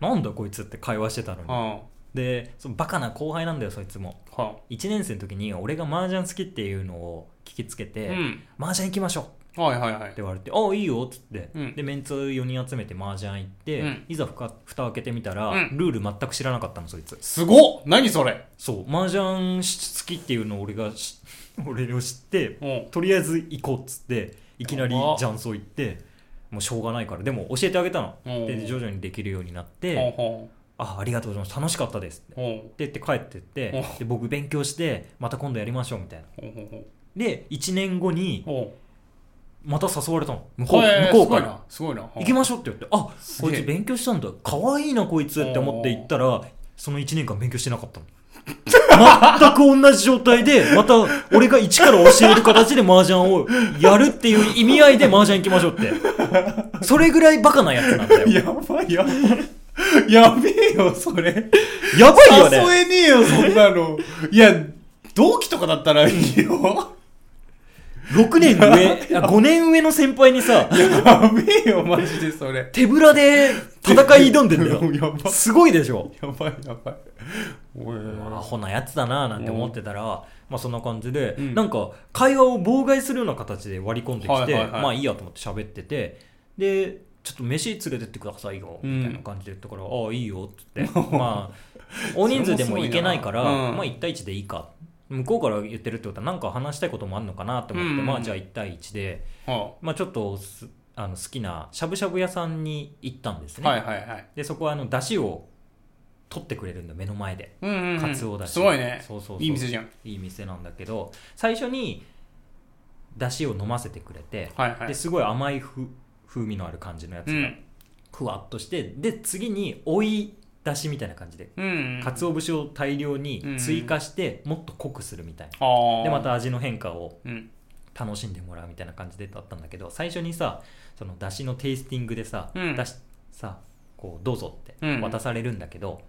S1: なんだこいつって会話してたのに
S2: は
S1: でそのバカな後輩なんだよそいつも
S2: あは
S1: 1年生の時に俺が麻雀好きっていうのを聞きつけ
S2: あ
S1: て「
S2: うん
S1: 麻雀行きましょう」
S2: はいはいはい
S1: って言われて「ああいいよ」っつって、
S2: うん
S1: でメンツ4人集めて麻雀行って、
S2: うん
S1: いざふか蓋開けてみたら、
S2: うん
S1: ルール全く知らなかったのそいつ
S2: すごっ何それ
S1: そう麻雀し好きっていうのを俺がし 俺を知って
S2: おう
S1: とりあえず行こうっつっていきなり
S2: やば
S1: 雀荘行ってもうしょうがないからでも教えてあげたの
S2: うん
S1: で徐々にできるようになっ
S2: ほう
S1: て
S2: ほ
S1: 「あありがとうございます楽しかったです」
S2: うほ
S1: って言って帰ってって
S2: う
S1: で僕勉強してまた今度やりましょうみたいな
S2: うほうほうほう
S1: で1年後に
S2: ほ
S1: また誘われたの向
S2: う
S1: こう
S2: へー
S1: 向こうから
S2: すごいなすごいな
S1: 行きましょうって言って、あ
S2: すげ
S1: こ
S2: え
S1: いつ勉強したんだ、可愛いな、こいつって思って行ったら、その1年間勉強してなかったの。全く同じ状態で、また俺が一から教える形で麻雀をやるっていう意味合いで麻雀行きましょうって。それぐらいバカなやつなんだよ。
S2: やばいやばいやべえよそれ
S1: やばいよね。
S2: 誘えねえよそんなのいや同期とかだったらいいよ
S1: 6年上、5年上の先輩にさ、
S2: やべえよマジでそれ
S1: 手ぶらで戦い挑んでんだよ。
S2: やばい
S1: すごいでしょ。
S2: やばいやばいおいおいおい
S1: アホなやつだななんて思ってたら、まあそんな感じで、
S2: うん
S1: なんか会話を妨害するような形で割り込んできて、
S2: はいはいはい
S1: まあいいやと思って喋っててでちょっと飯連れてってくださいよみたいな感じで言ったから、ああいいよっつ ってまあ大人数でも行けないから
S2: それもすごいなうん
S1: まあ1対1でいいか向こうから言ってるってことはなんか話したいこともあるのかなと思って、
S2: うんうん
S1: まあじゃあ1対1で、
S2: は
S1: まあ、ちょっとすあの好きなしゃぶしゃぶ屋さんに行ったんです
S2: あ
S1: ね、
S2: はいはいはい
S1: でそこはあの出汁を取ってくれるんだ目の前で。
S2: うんうんうん
S1: カツオだし
S2: すごいね
S1: そうそうそう
S2: いい店じゃん
S1: いい店なんだけど最初に出汁を飲ませてくれて、
S2: はいはい
S1: ですごい甘いふ風味のある感じのやつが、
S2: うん
S1: ふわっとしてで次に追い出汁みたいな感じで、
S2: うん
S1: 鰹節を大量に追加して、もっと濃くするみたいな、
S2: ああ
S1: でまた味の変化を
S2: うん
S1: 楽しんでもらうみたいな感じでだったんだけど最初にさその出汁のテイスティングでさ、
S2: うん
S1: 出しさこうどうぞって
S2: うん
S1: 渡されるんだけど、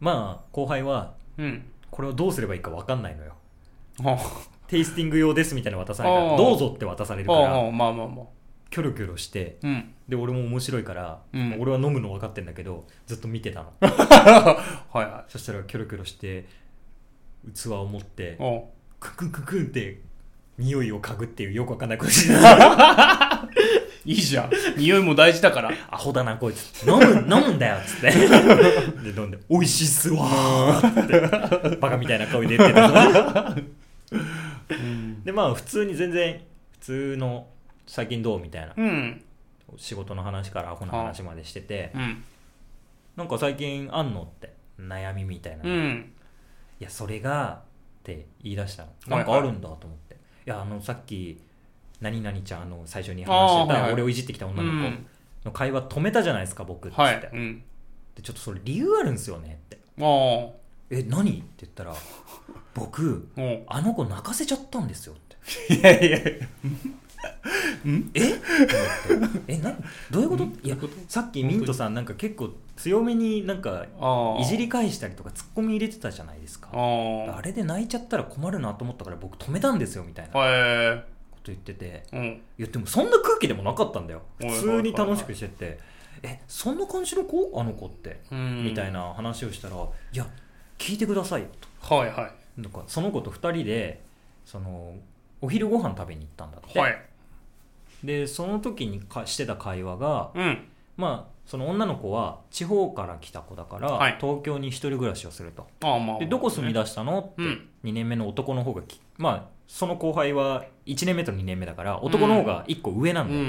S1: まあ後輩は
S2: うん
S1: これをどうすればいいか分かんないのよ
S2: は
S1: テイスティング用ですみたいなの渡された
S2: あ
S1: ら
S2: あ
S1: どうぞって渡される
S2: あ
S1: か
S2: は
S1: ら
S2: あまあまあまあ
S1: キョロキョロして
S2: うん
S1: で俺も面白いから、
S2: うん
S1: 俺は飲むの分かってんだけどずっと見て たの
S2: はいは
S1: そしたらキョロキョロして器を持って
S2: いおう
S1: ククンククンって匂いを嗅ぐっていうよくわかんないことしてた
S2: いいじゃん匂いも大事だから
S1: アホだなこいつ飲む 飲むんだよっつって で飲んで美味しいっすわーってバカみたいな顔で言って た
S2: うん
S1: でまあ普通に全然普通の最近どうみたいな
S2: うん
S1: 仕事の話からアホな話までしてて、
S2: うん
S1: なんか最近あんのって悩みみたいな、
S2: う
S1: い
S2: ん
S1: やそれがって言い出したの
S2: はい
S1: なんかあるんだと思って、いやあのさっき何々ちゃんあの最初に話
S2: あ
S1: し
S2: ー
S1: て
S2: はい
S1: た
S2: はい
S1: 俺をいじってきた女の子の会話止めたじゃないですか僕っつって、
S2: はいうん
S1: でちょっとそれ理由あるんですよねって
S2: ああ
S1: え何って言ったら僕
S2: おう
S1: あの子泣かせちゃったんですよって
S2: いやいや
S1: えって思ってえなどういうこといや
S2: どういうこと
S1: さっきミントさんなんか結構強めになんか
S2: ああ
S1: いじり返したりとかツッコミ入れてたじゃないですか
S2: あ
S1: あれで泣いちゃったら困るなと思ったから僕止めたんですよみたいな
S2: あ
S1: こ
S2: へ
S1: と言ってて
S2: えうん
S1: いやでもそんな空気でもなかったんだよ
S2: はいはい
S1: 普通に楽しくしててえそんな感じの子あの子って
S2: うん
S1: みたいな話をしたらいや聞いてくださいよと
S2: はいは
S1: なんかその子と2人でそのお昼ご飯食べに行ったんだっ
S2: いは
S1: て
S2: い
S1: でその時にかしてた会話が
S2: うん
S1: まあその女の子は地方から来た子だから、
S2: はい
S1: 東京に一人暮らしをすると
S2: ああまあ
S1: でどこ住み出したのって、
S2: うん
S1: 2年目の男の方がきまあその後輩は1年目と2年目だから男の方が1個上な
S2: うんん
S1: だ
S2: う
S1: よ、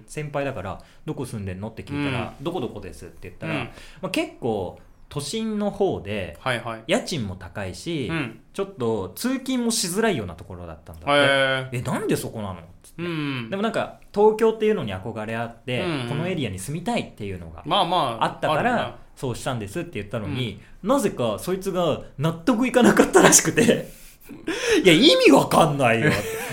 S2: ん
S1: 先輩だから「どこ住んでんの?」って聞いたら「どこどこです」って言ったら、
S2: うん
S1: まあ、結構都心の方で
S2: はいはい
S1: 家賃も高いし、
S2: うん
S1: ちょっと通勤もしづらいようなところだったんだって、
S2: へえ
S1: えなんでそこなのつって、
S2: うん
S1: でもなんか東京っていうのに憧れあって、
S2: うん
S1: このエリアに住みたいっていうのが
S2: まあまあ
S1: あったか
S2: ある
S1: らそうしたんですって言ったのに、なぜかそいつが納得いかなかったらしくて いや意味わかんないよ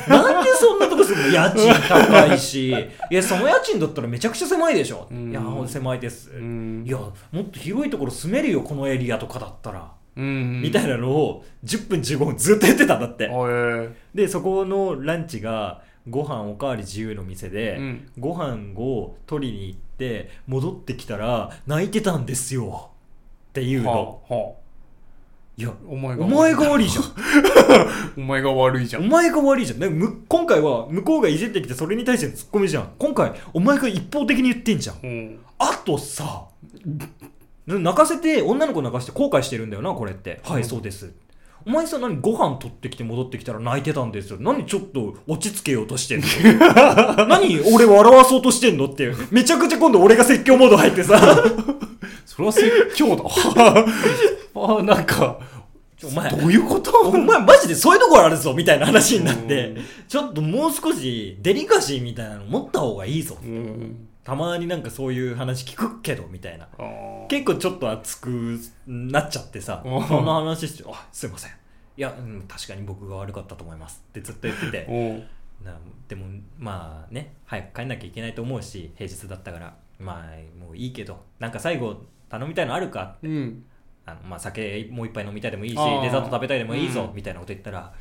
S1: なんでそんなとこ住むの家賃高いしいやその家賃だったらめちゃくちゃ狭いでしょ、
S2: うん
S1: いや狭いです、
S2: なうん
S1: いやもっと広いところ住めるよこのエリアとかだったら、
S2: うん
S1: みたいなのを10分15分ずっと言ってたんだって
S2: あへえ
S1: でそこのランチがご飯おかわり自由の店で、
S2: うん
S1: ご飯を取りに行って戻ってきたら泣いてたんですよっていうの、
S2: はあはい
S1: や
S2: あお前が
S1: お前が悪いじ ゃん
S2: お前が悪いじゃ
S1: お
S2: ん
S1: 前が悪いじゃんでむ今回は向こうがいじってきてそれに対してのツッコミじゃん今回お前が一方的に言ってんじゃん
S2: うん
S1: あとさ泣かせて女の子泣かして後悔してるんだよなこれってはいそうですお前さ何ご飯取ってきて戻ってきたら泣いてたんですよ何ちょっと落ち着けようとしてんの何俺笑わそうとしてんのっていうめちゃくちゃ今度俺が説教モード入ってさ
S2: それは説教だ ああなんか
S1: お前
S2: どういうこと
S1: お前マジでそういうところあるぞみたいな話になって
S2: うん
S1: ちょっともう少しデリカシーみたいなの持った方がいいぞ
S2: うん
S1: たまになんかそういう話聞くけどみたいな
S2: あー
S1: 結構ちょっと熱くなっちゃってさ
S2: うん
S1: そんな話して「あすいませんいや、うん、確かに僕が悪かったと思います」ってずっと言ってて
S2: うん
S1: なでもまあね早く帰んなきゃいけないと思うし平日だったからまあもういいけどなんか最後頼みたいのあるか
S2: うん
S1: あの、まあ、酒もう一杯飲みたいでもいいし
S2: あー
S1: デザート食べたいでもいいぞ、
S2: うん
S1: みたいなこと言ったら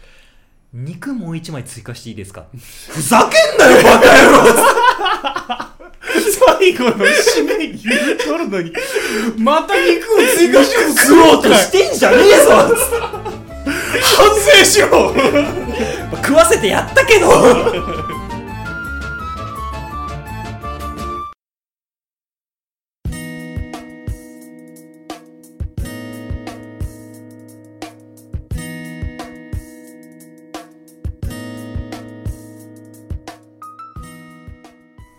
S1: 肉もう一枚追加していいです かふざけんなよバカ野郎
S2: 最後の締め言うとるのにまた肉を追加しようとす
S1: 食
S2: る
S1: お
S2: の
S1: うと
S2: かい
S1: してんじゃねえぞ
S2: 反省しろ
S1: 食わせてやったけど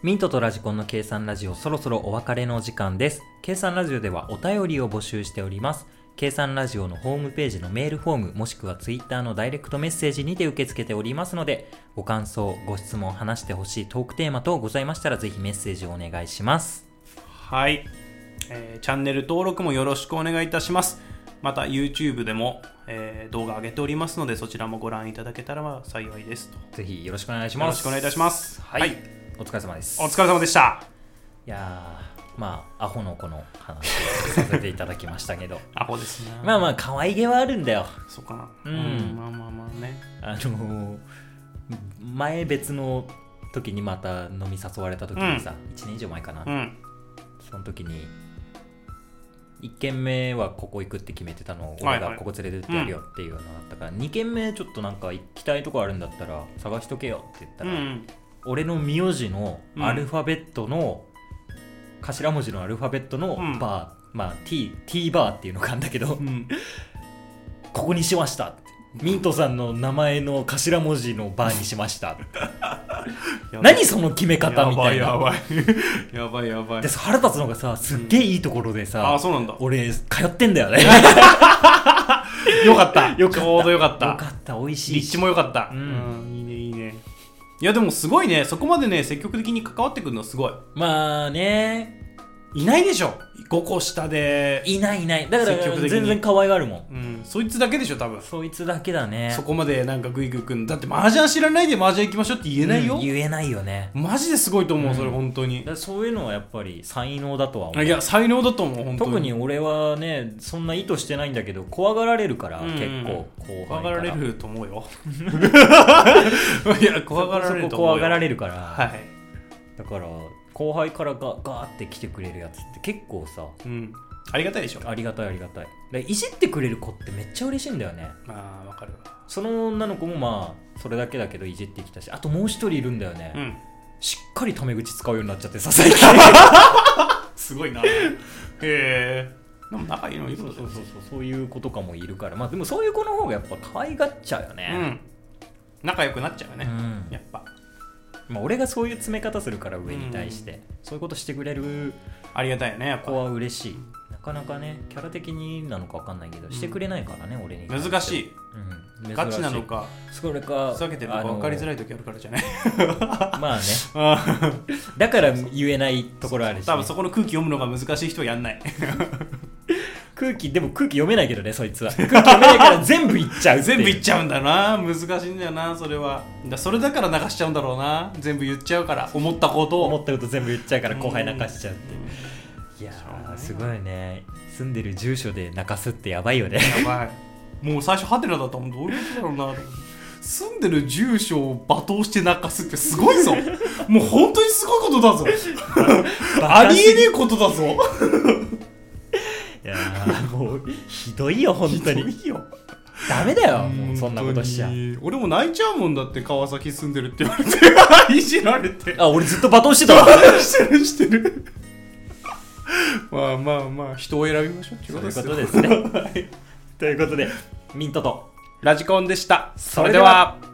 S1: ミントとラジコンの計算ラジオそろそろお別れのお時間です。計算ラジオではお便りを募集しております。計算ラジオのホームページのメールフォームもしくはツイッターのダイレクトメッセージにて受け付けておりますので、ご感想、ご質問、話してほしいトークテーマ等ございましたらぜひメッセージをお願いします。
S2: はい、えーチャンネル登録もよろしくお願いいたしますまた YouTube でも、えー動画上げておりますのでそちらもご覧いただけたら幸いですと
S1: ぜひよろしくお願いし
S2: よ
S1: ま
S2: ろし
S1: す。
S2: くお願いいたします
S1: はい、お疲れ様です。
S2: お疲れ様でした
S1: いやー、まあ、アホの子の話をさせていただきましたけど、
S2: アホですね
S1: まあまあ、可愛げはあるんだよ。
S2: そうか
S1: う
S2: な
S1: ん
S2: まあまあまあね
S1: あのー前別の時にまた飲み誘われた時にさ、1年以上前かな、
S2: うん
S1: その時に1軒目はここ行くって決めてたのを
S2: はいは
S1: 俺
S2: い
S1: がここ連れてってやるよっていうのだったから、2軒目ちょっとなんか行きたいとこあるんだったら探しとけよって言った
S2: うん
S1: ら、
S2: うん
S1: 俺の名字のアルファベットの、頭文字のアルファベットの
S2: うん
S1: バー、まあ T, T バーっていうのがあるんだけど、
S2: うん
S1: ここにしましたってミントさんの名前の頭文字のバーにしました何その決め方みたい
S2: や
S1: な
S2: ばい やばいやばいやばい
S1: で腹立つのがさすっげえいいところで
S2: あ
S1: さ
S2: あ、そうなんだ
S1: 俺通ってんだよね
S2: よかった
S1: よかった
S2: ちょうどよかった
S1: よかった美味しい
S2: 立
S1: し
S2: 地もよかった
S1: う
S2: うんん、いいねいいねいやでもすごいねそこまでね積極的に関わってくるのはすごい
S1: まあね
S2: いないでしょ5個下で
S1: いないいないだから
S2: 積極的に
S1: 全然可愛がるもん
S2: うんそいつだけでしょ多分
S1: そいつだけだね
S2: そこまでなんかグイグイくんだって麻雀知らないで麻雀行きましょうって言えないよ、
S1: うん言えないよね
S2: マジですごいと思う、
S1: うん
S2: それ本当に
S1: だからそういうのはやっぱり才能だとは思う
S2: いや才能だと思う本当に
S1: 特に俺はねそんな意図してないんだけど怖がられるから、
S2: うん
S1: 結構後輩から
S2: 怖がられると思うよ いや怖がられる
S1: そ
S2: と
S1: こ
S2: 思うよ
S1: 怖がられるから、
S2: はい
S1: だから後輩からガガーって来てくれるやつって結構さ
S2: うんありがたいでしょ
S1: ありがたいありがたいでいじってくれる子ってめっちゃ嬉しいんだよね
S2: まあわかるわ
S1: その女の子もまあそれだけだけどいじってきたしあともう一人いるんだよね、
S2: うん
S1: しっかりタメ口使うようになっちゃってさ最近
S2: すごい なへえでも仲いいのいい
S1: そうそう
S2: う
S1: そうそうそういう子とかもいるからまあでもそういう子の方がやっぱ可愛がっちゃうよね
S2: ん仲良くなっちゃうよ
S1: う
S2: ね、
S1: ん
S2: やっぱ
S1: まあ、俺がそういう詰め方するから上に対して、そういうことしてくれる
S2: ありがたいよねやっ
S1: 子
S2: ぱ
S1: は嬉しいなかなかねキャラ的になのか分かんないけどしてくれないからね、俺に対して
S2: 難しい
S1: うん、珍しい
S2: ガチなのか
S1: それか
S2: ふざけてるのか分かりづらい時あるからじゃない
S1: あのまあね
S2: あ
S1: だから言えないところあるし、
S2: 多分そこの空気読むのが難しい人はやんない
S1: 空気でも空気読めないけどねそいつは空気読めないから全部言っちゃう
S2: 全部言っ
S1: ち
S2: ちゃうんだな難しいんだよなそれはだそれだから流しちゃうんだろうな全部言っちゃうから思ったこと
S1: ゃ
S2: を
S1: 思ったこと全部言っちゃうから後輩泣かしちゃうって
S2: うん
S1: いや
S2: しょうがない
S1: ー
S2: な
S1: すごいね住んでる住所で泣かすってやばいよね
S2: やばいもう最初ハテナだったもんどういうことだろうなと思って住んでる住所を罵倒して泣かすってすごいぞもう本当にすごいこと だぞ ありえねえことだぞ
S1: いやーもうひどいよ本当に
S2: ひどいよ
S1: ダメだよもうそんなことしちゃ
S2: 本
S1: う
S2: 当に俺も泣いちゃうもんだって川崎住んでるって言われて いじられて
S1: あ俺ずっと罵倒してたわ
S2: してるしてるまあまあまあ人を選びましょうって
S1: そう
S2: こ
S1: いう
S2: とです
S1: こ
S2: よ
S1: とですね。ということで、ミントと
S2: ラジコンでした。
S1: そ
S2: そ
S1: れ
S2: れ
S1: で
S2: で
S1: は
S2: は